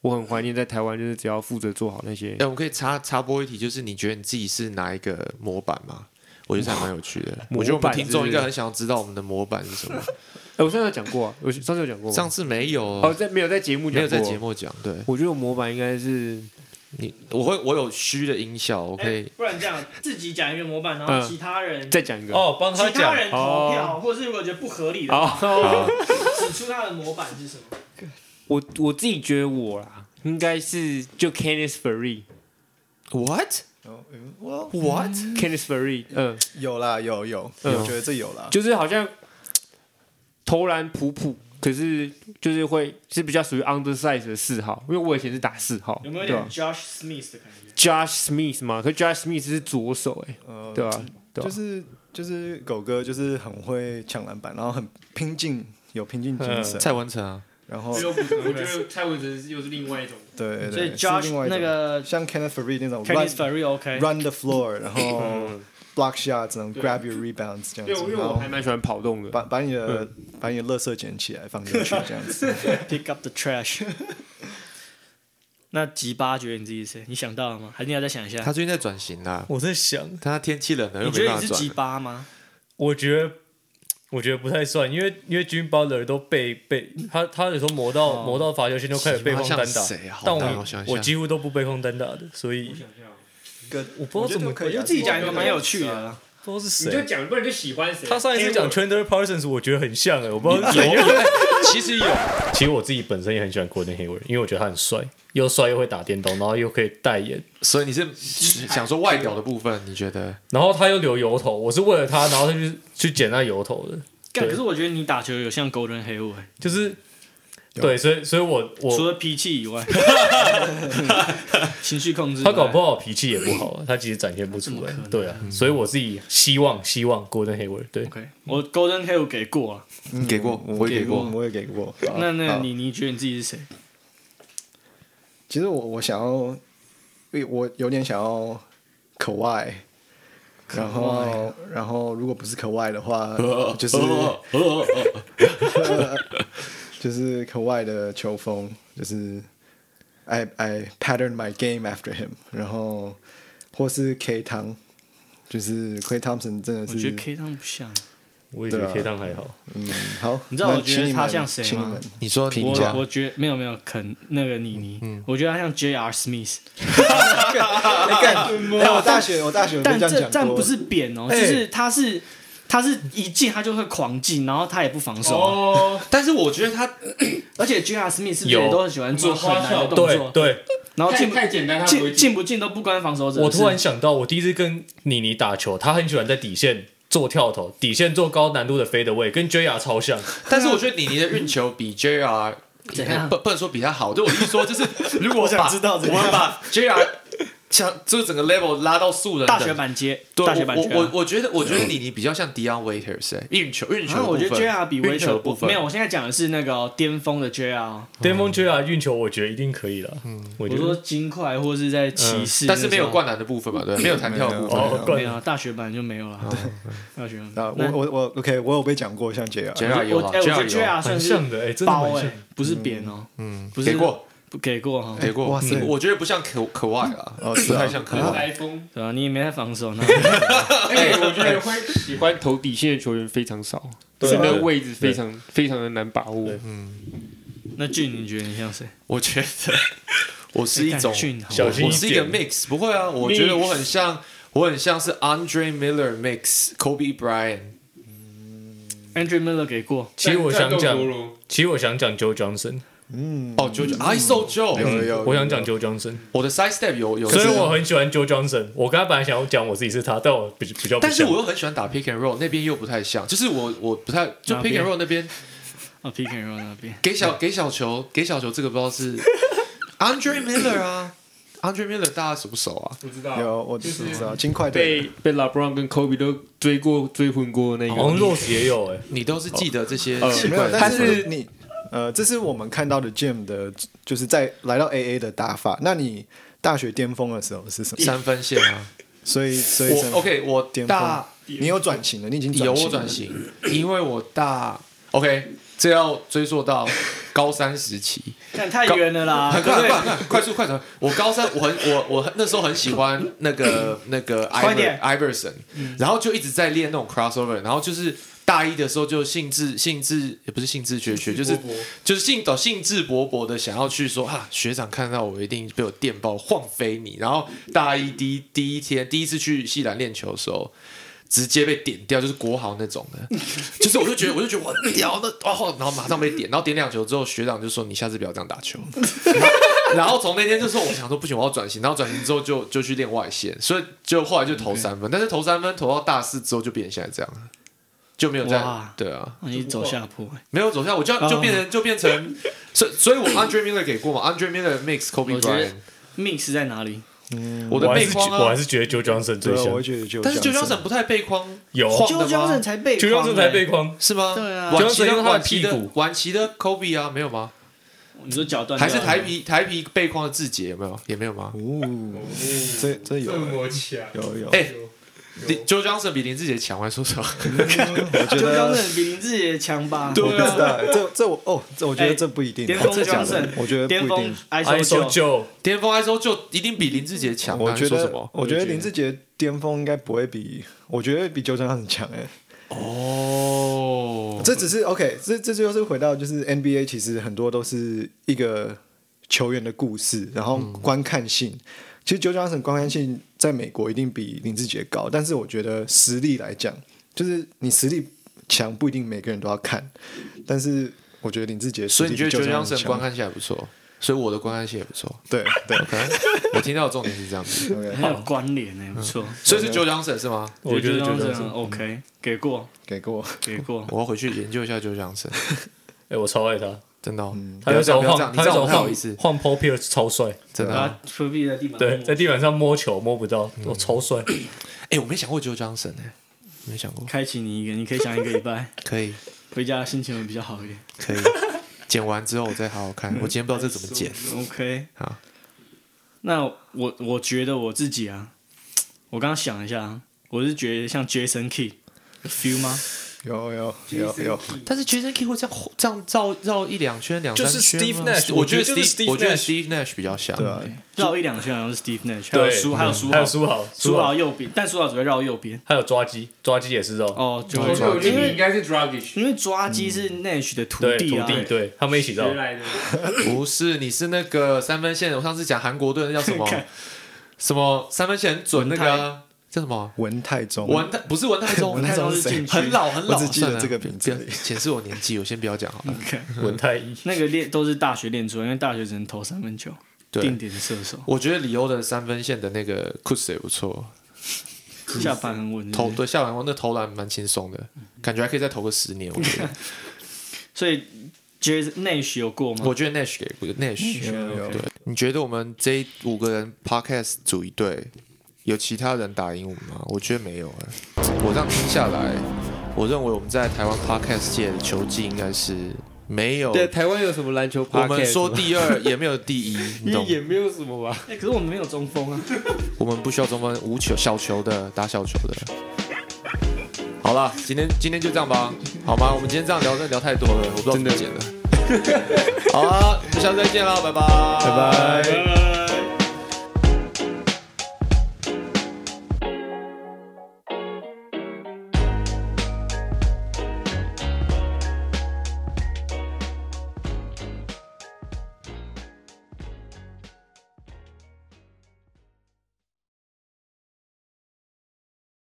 F: 我很怀念在台湾，就是只要负责做好那些
A: 哎、我可以插插播一题，就是你觉得你自己是哪一个模板吗？我觉得还蛮有趣的。
F: 模
A: 我觉得我们
F: 板
A: 听
F: 是
A: 众
F: 不
A: 应
F: 是
A: 该很想要知道我们的模板是什么。
F: 哎、我上次有讲过、啊，我上次有讲过吗？
A: 上次没有，
F: 哦，在没有在节目讲
A: 没有在
F: 过
A: 节，目讲。对
F: 我觉得我模板应该是
A: 你，我会我有虚的音效，我可以。
B: 不然这样，自己讲一个模板，然
F: 嗯
B: 后其他人、
F: 再讲一个。
C: 哦，帮
B: 其他人投
F: 哦
B: 票，或是如果觉得不合理的话，
F: 哦，
B: 指出他的模板是什么。
F: 我我自己觉得我啦，应该是就 Kenneth Free。
A: What
E: 然后嗯我
A: What？
F: Kenneth Free，嗯，
E: 有啦，有有，
F: 嗯
E: 我觉得这有啦。
F: 就是好像投篮普普，可是就是会是比较属于 undersize 的四号，因为我以前是打四号，
B: 有没有一
F: 对
B: 点
F: 吧
B: Josh Smith 的感觉？
F: ？Josh Smith 嘛，可 Josh Smith 是左手、欸，
D: 哦
E: 呃，
F: 对吧、对吧、
E: 就是就是狗哥就是很会抢篮板，然后很拼劲，有拼劲精神，
A: 蔡文成啊，
E: 然后
D: 我觉得我觉得蔡文哲又是另外一种，
E: 对对对，
B: 所以
E: 是
B: Josh
E: 另外一
B: 那
E: 种
B: 个
E: 像 Kenneth Free 那种
B: Kenneth
E: run
B: Ferry OK，
E: run the floor，然后 block shots，然后 grab your rebounds 这
D: 嗯对，
E: 样
D: 因
E: 子，
D: 为
E: 然
D: 我
E: 后
D: 还蛮
F: 蛮喜欢跑动的。
E: 把把你的把你的垃圾捡起来放进去这样 子。
B: pick up the trash。那吉巴觉得你自己是谁？你想到了吗？还是你要再想一下
A: 他？最近在转型啦。
C: 我在想，
A: 但他天气冷了，又
B: 你
A: 没
B: 觉得
A: 办法
B: 你是吉
A: 转。
B: 巴吗？
C: 我觉得我觉得不太算，因为因为 Jim Butler 都被被他他有时候磨到、磨到罚球线都开始背控单
A: 喜
C: 打
A: 欢像谁啊，好
C: 但
A: 难哦想一下
C: 我我几乎都不背控单打的，所以
D: 想象。
E: 个
C: 我不知道怎么
E: 可以啊，
B: 我觉得自己讲一个蛮有趣的啊。
C: 不知道是
D: 你就
C: 谁。
D: 讲，不然你就喜欢谁。
C: 他上一次讲 Chandler Parsons，我觉得很像哎、我不知道是谁。
A: 其实有，
C: 其实我自己本身也很喜欢 Gordon Hayward，因为我觉得他很帅，又帅又会打电动，然后又可以代言，
A: 所以你是想说外表的部分，你觉得？
C: 然后他又留油头，我是为了他，然后去去剪那油头的，
B: 干，
C: 对
B: 可是我觉得你打球有像 Golden Hayward，欸
C: 就是对，所以所以我
B: 除
C: 我
B: 了脾气以外， 情绪控制以外。
C: 他搞不好脾气也不好啊，他其实展现不出来，对啊，所以我自己希望希望 Gordon Hayward 对
B: OK，我 Golden Hayward 给过啊。
E: 嗯
A: 给过我也给过
E: 我也给过。好
B: 那那
E: 好
B: 你你觉得你自己是谁？
E: 其实我我想要为我有点想要可外，然
B: 啊
E: 后然后如果不是可外的话， 就是就是可外的球风，就是 I I pattern my game after him，然后或是 K 汤，就是 Clay Thompson 真的
B: 我觉得
E: 是
B: K 汤不像，
C: 我也觉
E: 对
C: 得
E: 啊
C: 贴档还好，
E: 嗯好，
B: 你知道
E: 那
B: 我觉得
E: 请你
B: 他
E: 们
B: 像谁
E: 请你
B: 吗
E: 们
A: 你说你
E: 评价
B: 我我觉得没有没有肯那个妮妮，
E: 嗯
B: 我觉得他像 J.R. Smith，
E: 哎，我大学我大学我就
B: 但
E: 这
B: 这
E: 样
B: 但
E: 讲
B: 不
E: 过，
B: 是扁哦，就
E: 哎
B: 是他是他是一进他就会狂进，然后他也不防守啊，
D: 哦，
A: 但是我觉得他
B: 而且 J.R. Smith 是不是
C: 有
B: 也都很喜欢做很难的动
C: 对
B: 作，
C: 对，
B: 然后
D: 太
B: 进
D: 太简单，他不
B: 进
D: 会进。
B: 进不进都不关防守者的
C: 我
B: 事。
C: 突然想到，我第一次跟妮妮打球，她很喜欢在底线做跳投，底线做高难度的飞的位，跟 JR 超像。
A: 但是我觉得妮妮的运球比 JR
B: 啊怎样
A: 不不能说比他好，对我意思说 就是，如果我
B: 想知道怎
A: 我
B: 样
A: 们把 JR 强就是整个 level 拉到素人
B: 大
A: 等
B: 学版接，
A: 对
B: 大学版
A: 我
B: 接啊。
A: 我我我觉得我觉得妮妮比较像 Dion Waiters 哎，运球运球
B: 啊
A: 的部分，
B: 我觉得 JR 比
A: 运
B: Waiter
A: 球的部分
B: 没有，我现在讲的是那个哦巅峰的 JR 哦。
C: 巅峰 JR 运球，我觉得一定可以了。嗯，我
B: 我
C: 觉
B: 说
C: 得
B: 金块或是在骑士那时候，
A: 但是没有灌篮的部分嘛，对，没有弹跳的部
E: 没
A: 分
E: 有。
C: 哦，
B: 没
C: 冠
B: 有啊，大学版就没有了。大学版
E: 啊，我我我 OK，我有被讲过像 JR，
A: JR 有
B: 我
A: 啊
B: 哎，我觉得
A: 有啊
B: JR 算
C: 蛮
B: 是
C: 像的，哎，真的
B: 包
C: 蛮
B: 哎
C: 像。，
B: 不是扁哦，嗯，不是
A: 给过
B: 不给过哈，
A: 给过，
E: 哇塞
A: 嗯我觉得不像可可外啊，
E: 哦
A: 不
E: 是
A: 太
E: 啊，
A: 像可
D: 可
A: 外。
D: 来风，
B: 对啊，你也没在防守呢，
D: 而且我觉得会喜欢
F: 但哎投底线的球员非常少，
C: 对啊
F: 整个位置非常非常的难把握
C: 对。
B: 那俊你觉得你像谁？
A: 我觉得 我是一种
B: 哎干俊好
C: 小心
A: 我
C: 一
A: 是一个
C: 点。
A: mix，不会啊，我觉得我很像，我很像是 Andre Miller mix Kobe Bryant。
B: Andrew Miller 给过，
C: 其实我想
D: 战
C: 讲
D: 斗，陀螺
C: 其实我想讲 Joe Johnson，
E: 嗯，
A: 哦，Joe I saw
E: 有
A: Joe，
E: 有有，
C: 我想讲 Joe Johnson，
A: 我的 side step 有有，
C: 所以我很喜欢 Joe Johnson。我刚才本来想要讲我自己是他，但我比比较不像，
A: 但是我又很喜欢打 pick and roll，那边又不太像，就是我我不太就
B: 哪
A: pick
B: 边
A: and roll 那边嗯
B: 啊 p i c a n Roll 那 边，
A: 给小给小球给小球这个不知道 是 Andre Miller 啊，Andre Miller 大家熟不熟啊？
D: 不知道，
E: 有我
D: 就是
E: 知道，金块队
F: 被被 LeBron 跟 Kobe 都追过追混过那
D: 哦
C: 好像
F: 个，
C: Rose 也有哎，
A: 你都是记得这些
F: 呃
A: 奇
E: 没
A: 怪
E: 有，
A: 的
E: 但
A: 部分
E: 是你呃，这是我们看到的 Jim 的，就是在来到 AA 的打法。那你大学巅峰的时候是什么？
A: 三分线啊，
E: 所以所以
A: 我 OK 我
E: 巅峰
A: 大，
E: 你有转型了，你已经
A: 有
E: 型
A: 我
E: 了
A: 转，型，因为我大 OK，这要追溯到高三时期。
B: 看太远 了啦，
A: 很
B: 对
A: 啊快很快
B: 不对？
A: 很快，快速快速！我高三，我很我我很那时候很喜欢那个那个
B: 快点
A: Iver Iverson，然后就一直在练那种 crossover，然后就是大一的时候就兴致兴致也不是兴致缺缺，就是就是兴到兴致勃勃的想要去说啊，学长看到我一定被我电爆晃飞你。然后大一第一第一天第一次去西兰练球的时候。直接被点掉，就是国豪那种的，就是我就觉得，我就觉得我很屌，那哦，然后马上被点，然后点两球之后，学长就说你下次不要这样打球， 然后从那天就说，我想说不行，我要转型。然后转型之后就就去练外线，所以就后来就投三分，但是投三分投到大四之后就变成现在这样了，就没有再
B: 哇
A: 对啊，
B: 啊你走下坡，
A: 没有走下，我就
B: 哦
A: 就变成就变成，所以所以我 Andre Miller 给过嘛，Andre Miller mix Kobe
B: 我觉得
A: Bryant，
B: mix 在哪里？
A: 我的
C: 我还
A: 背
C: 是觉
A: 框
C: 我还
A: 啊，
C: 是觉得 Joe Johnson
E: 对
C: 最
E: 啊，我
C: 像
E: 会觉得就
A: 但是 j o
E: Johnson
A: o 不太背框
C: 有
A: 晃
B: 哦就
A: 的吗
B: Johnson？才背
C: ，Joe
B: 框
C: Johnson 才
B: 欸
C: 背框，
A: 是吗？
B: 对啊
A: 晚期的
C: Johnson 用他的
A: 晚期
C: 屁
A: 的
C: 股
A: 晚期的 Kobe 啊，没有吗？
B: 哦你说脚断掉
A: 还
B: 了
A: 是台皮台皮背框的字节有没有？也没有吗？
E: 哦，这这有
D: 这
E: 欸
D: 么强，
E: 有有，
A: 哎，Joe Johnson 比林志杰强，我还说什么？
E: 我觉
B: 就
E: 得
B: Johnson 比林志杰强吧？
E: 我不知道，这这我哦，这我觉得这不一定，啊
B: 巅峰
E: 这假的
B: Johnson，，
E: 我觉得
B: 巅
E: 不一定
B: 峰。
A: 哎
C: I
B: ISO
C: so
B: 九
C: Joe。
A: 巅峰 ISO 就一定比林志杰强、啊，
E: 我觉
A: 你说什
E: 得
A: 么，？
E: 我觉得林志杰巅峰应该不会比，我觉得比九 o 很强哎。
A: 哦，
E: 这只是 OK，这这就是回到就是 NBA，其实很多都是一个球员的故事，然后
A: 嗯
E: 观看性。其实 Joe Johnson 观看性在美国一定比林志杰高，但是我觉得实力来讲，就是你实力强不一定每个人都要看，但是我觉得林志杰实
A: 所以
E: 力
A: 你
E: 比
A: 觉得
E: Joe
A: Joe
E: Johnson
A: Johnson
E: 强
A: 观看起来不错，所以我的观看性也不错。
E: 对对
A: OK，我 听到的重点是这样子，
E: OK
B: 还有关联欸呢，不错。
A: 所以是 Joe Johnson 是吗？
C: 我觉得 Joe
B: Johnson
C: Johnson，
B: 哦 OK，给过，
E: 给过
B: 给过。
A: 我要回去研究一下 Joe Johnson，
C: 哎，我超爱他，
A: 真的、哦。不
E: 嗯
C: 他
A: 要
C: 有
A: 这
C: 时
A: 样，不要
C: 候
A: 这样，
C: 晃，
A: 你
C: 他
A: 这
C: 有时
A: 样
C: 候
A: 我不好
C: 晃
A: 意思。
C: 晃 Paul Pierce 超帅，
A: 真的、啊，
B: 他伏笔在地板，
C: 对，在地板上摸球摸不到，我超帅。
A: 哎，我没想过 Joe Johnson 哎、没想过，
B: 开启你一个，你可以想一个礼拜，
A: 可以，
B: 回家心情会比较好一点。
A: 可以。剪完之后我再好好看，我今天不知道这怎么剪。
B: OK，
A: 好，
B: 那我我觉得我自己啊，我刚刚想一下，啊我是觉得像 Jason Key feel 吗？
E: 有有有有，
A: 但是 Jason Key 会这样这样绕绕一两圈两
C: 就
A: 三
C: 是
A: 圈
C: Steve
A: 吗
C: Nash，
A: 我觉得
C: 我觉得就是 Steve
A: 我觉得
C: Nash
A: Steve Nash 比较像，
E: 对啊，
B: 绕一两圈好像是 Steve Nash，还有苏嗯还有苏
C: 还有
B: 豪，
C: 苏豪，
B: 苏豪
C: 豪，
B: 右边，但苏豪只会绕右边。
C: 还有抓鸡，抓鸡也是肉，
B: 哦，就
D: 我
B: 会嗯
D: 觉得我觉
B: 因
D: 得你
B: 为
D: 应该是
F: 嗯
D: Dragic
B: 因为抓鸡是 Nash 的徒
C: 对，
B: 弟
C: 土
B: 啊，
C: 地，对他们一起肉
D: 学，来的，
A: 不是，你是那个三分线，我上次讲韩国队那叫什么 什么三分线很准那个啊叫什么
E: 文泰中，
A: 文泰不是文泰中，
E: 文
B: 泰
E: 泰
B: 中
E: 中
B: 是
E: 是谁
B: 进？去
A: 很老很老，
E: 我只记得
A: 算了
E: 这个名字嗯
A: 不要显示我年纪，我先不要讲好了。
C: 文太一，
B: 那个练都是大学练出来，因为大学只能投三分球，定
A: 对，
B: 点射手，
A: 我觉得里欧的三分线的那个 c u s 也不错，
B: 下盘很
E: 嗯
B: 稳，
A: 投
B: 是不是
A: 对下篮那投篮蛮轻松的，感觉还可以再投个十年。我觉 得，
B: 所以 Jason Nash 有过吗？
A: 我觉得 Nash 给不 Nash，
E: 有有有，
A: 你觉得我们这五个人 Podcast 组一队，有其他人打赢我们吗？我觉得没有哎、我这样听下来，我认为我们在台湾 Podcast 界的球技应该是没有。
F: 对，台湾有什么篮球 podcast
A: 我
F: 吗？
A: 们说第二也没有 第一，你
F: 也
A: 懂吗
F: 也没有什么吧。
B: 哎，可是我们没有中锋啊。
A: 我们不需要中锋，无球小球的打小球的。好了，今天今天就这样吧，好吗？我们今天这样聊，真的聊太多了，我不知道怎么剪的。好啊，下次再见啦，拜拜，拜拜。
E: 拜拜。